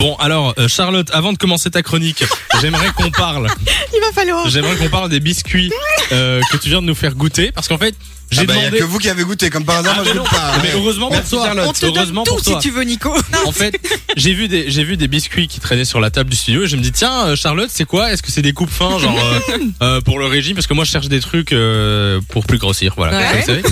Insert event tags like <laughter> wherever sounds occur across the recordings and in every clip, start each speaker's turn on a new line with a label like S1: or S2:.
S1: Bon alors euh, Charlotte, avant de commencer ta chronique, <laughs> j'aimerais qu'on parle,
S2: Il va falloir.
S1: j'aimerais qu'on parle des biscuits euh, que tu viens de nous faire goûter parce qu'en fait j'ai
S3: Ah bah, y a
S1: demandé. Ah,
S3: que vous qui avez goûté, comme par hasard, moi
S1: mais,
S3: je
S1: non,
S3: goûte pas.
S1: mais
S3: ouais.
S1: heureusement pour toi,
S2: On
S1: Charlotte,
S2: te donne
S1: heureusement
S2: tout
S1: pour toi.
S2: si tu veux, Nico.
S1: En fait, j'ai vu des j'ai vu des biscuits qui traînaient sur la table du studio et je me dis tiens euh, Charlotte c'est quoi Est-ce que c'est des coupes fins genre euh,
S2: <laughs>
S1: euh, pour le régime parce que moi je cherche des trucs euh, pour plus grossir voilà.
S4: Ouais.
S1: comme vous savez.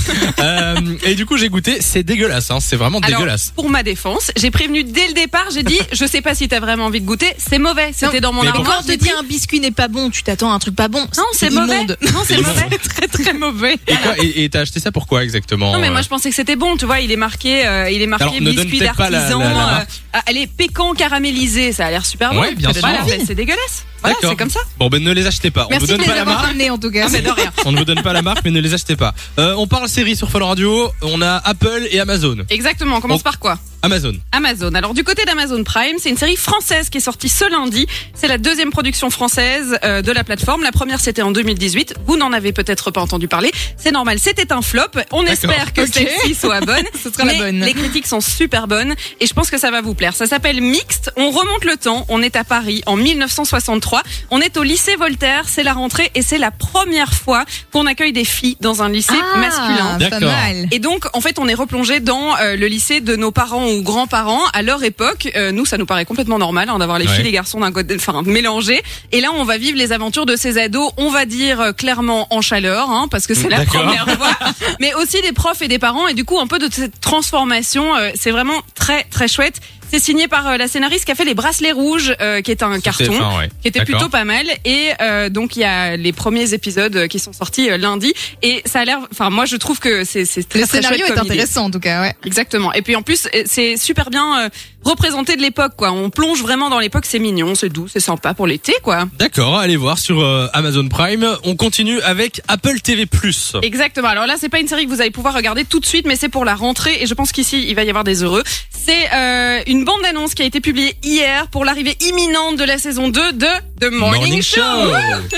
S1: Euh, et du coup j'ai goûté c'est dégueulasse hein, c'est vraiment
S4: Alors,
S1: dégueulasse.
S4: Pour ma défense, j'ai prévenu dès le départ, j'ai dit, je sais pas si t'as vraiment envie de goûter, c'est mauvais, c'était dans mon
S1: mais
S4: armoire.
S2: Quand on te dit un biscuit n'est pas bon, tu t'attends à un truc pas bon.
S4: Non, c'est
S2: <laughs>
S4: mauvais.
S2: immonde.
S4: Non, c'est
S1: C'est
S4: mauvais, <laughs> très très mauvais.
S1: Et quoi Et et t'as acheté ça pourquoi exactement
S4: Non mais moi
S1: euh
S4: je pensais que c'était bon, tu vois, il est marqué, euh, il est marqué
S1: Alors, ne donne
S4: biscuit
S1: peut-être pas la-
S4: d'artisan.
S1: la- la
S4: euh,
S1: marque.
S4: ah, elle est pécan caramélisé, ça a l'air super bon.
S1: Ouais, bien sûr.
S4: Voilà, mais c'est dégueulasse. Voilà,
S1: D'accord.
S4: c'est comme ça.
S1: Bon ben ne les achetez pas. On
S2: Merci
S1: vous
S2: de
S1: donne
S2: les
S1: pas la
S2: avoir
S1: marque.
S2: ramenés en tout cas.
S4: Ah, mais de rien.
S1: On ne vous donne pas la marque, mais ne les achetez pas. Euh, on parle série sur Fun Radio. On a Apple et Amazon.
S4: Exactement. On commence
S1: On-
S4: par quoi
S1: Amazon.
S4: Amazon. Alors du côté d'Amazon Prime, c'est une série française qui est sortie ce lundi. C'est la deuxième production française euh, de la plateforme. La première c'était en 2018. Vous n'en avez peut-être pas entendu parler. C'est normal, c'était un flop. On espère que
S2: Ok.
S4: celle-ci soit
S2: <laughs>
S4: bonne. ce
S2: sera la bonne.
S4: Les critiques sont super bonnes et je pense que ça va vous plaire. Ça s'appelle Mixte. On remonte le temps. On est à Paris en 1963. On est au lycée Voltaire. C'est la rentrée et c'est la première fois qu'on accueille des filles dans un lycée masculin.
S2: Ah, Pas
S1: D'accord.
S2: mal.
S4: Et donc, en fait, on est replongé dans euh, le lycée de nos parents ou grands-parents à leur époque. Euh, nous, ça nous paraît complètement normal hein, d'avoir les
S1: Ouais.
S4: filles, les garçons d'un côté, enfin mélangés. Et là, on va vivre les aventures de ces ados. On va dire euh, clairement en chaleur, hein, parce que c'est la
S1: D'accord.
S4: première
S1: <laughs>
S4: fois. Mais aussi des profs et des parents. Et du coup, un peu de cette transformation, euh, c'est vraiment très très chouette. C'est signé par euh, la scénariste qui a fait les bracelets rouges, euh, qui est un carton
S1: Enfin, ouais.
S4: qui était
S1: D'accord.
S4: plutôt pas mal. Et euh, donc il y a les premiers épisodes euh, qui sont sortis euh, lundi. Et ça a l'air, enfin moi je trouve que c'est c'est très
S2: Le
S4: très
S2: scénario
S4: chouette
S2: est
S4: comme idée.
S2: intéressant en tout cas, ouais.
S4: Exactement. Et puis en plus euh, c'est super bien euh, représenté de l'époque quoi. On plonge vraiment dans l'époque. C'est mignon, c'est doux, c'est sympa pour l'été quoi.
S1: D'accord. Allez voir sur euh, Amazon Prime. On continue avec Apple TV Plus.
S4: Exactement. Alors là c'est pas une série que vous allez pouvoir regarder tout de suite, mais c'est pour la rentrée. Et je pense qu'ici il va y avoir des heureux. C'est euh, une bande annonce qui a été publiée hier pour l'arrivée imminente de la saison 2 de The Morning, Show. Tu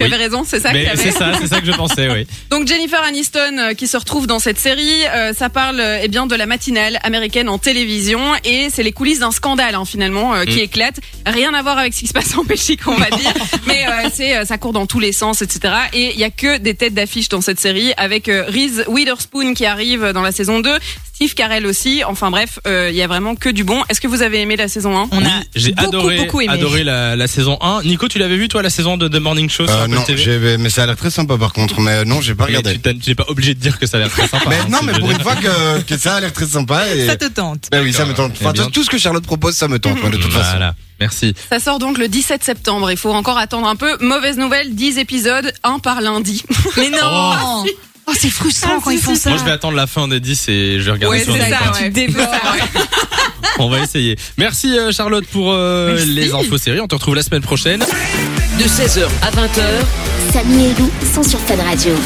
S1: Oui.
S4: avais raison, c'est ça. qu'il y
S1: Mais
S4: avait.
S1: c'est ça, c'est ça que je pensais. Oui.
S4: Donc Jennifer Aniston euh, qui se retrouve dans cette série, euh, ça parle euh, eh bien de la matinale américaine en télévision et c'est les coulisses d'un scandale hein, finalement euh, qui
S1: Mm.
S4: éclate. Rien à voir avec ce qui se passe en Belgique on va
S1: <laughs>
S4: dire, mais euh, c'est euh, ça court dans tous les sens etc. Et il y a que des têtes d'affiche dans cette série avec euh, Reese Witherspoon qui arrive dans la saison 2, Steve Carell aussi. Enfin bref, euh, il y a vraiment que du bon. Est-ce que vous avez aimé la saison 1
S2: On
S1: Oui,
S2: a
S1: j'ai
S2: beaucoup,
S1: adoré,
S2: beaucoup aimé.
S1: adoré la, la saison 1. Nico, tu l'avais vu toi la saison de The Morning Show sur
S3: Euh,
S1: Apple
S3: non,
S1: TV
S3: j'ai- mais ça a l'air très sympa par contre, mais euh, non, j'ai pas
S1: Mais tu
S3: regardé.
S1: t'as- J'ai pas obligé de dire que ça a l'air très sympa.
S3: Mais
S1: hein,
S3: non,
S1: c'est
S3: mais
S1: de-
S3: pour une fois que, que ça a l'air très sympa. Et...
S2: Ça te tente.
S3: Bah oui, ça me tente.
S1: Eh
S3: Enfin,
S1: bien. Bah,
S3: tout ce que Charlotte propose, ça me tente, moi, de toute façon.
S1: Voilà. Merci.
S4: Ça sort donc le 17 septembre. Il faut encore attendre un peu. Mauvaise nouvelle, 10 épisodes, un par lundi.
S2: Mais non
S1: Oh.
S2: Oh, c'est frustrant
S4: Ah,
S2: quand
S4: si,
S2: ils font
S4: si,
S2: ça.
S1: Moi, je vais attendre la fin des 10 et je vais regarder
S4: Ouais,
S1: sur
S4: c'est
S1: Netflix.
S4: ça, ouais.
S2: Tu dévores.
S1: On va essayer. Merci euh, Charlotte pour euh,
S4: Merci.
S1: les infos séries. On te retrouve la semaine prochaine.
S5: de 16h à 20h.
S6: Samy et Lou sont sur Fun Radio.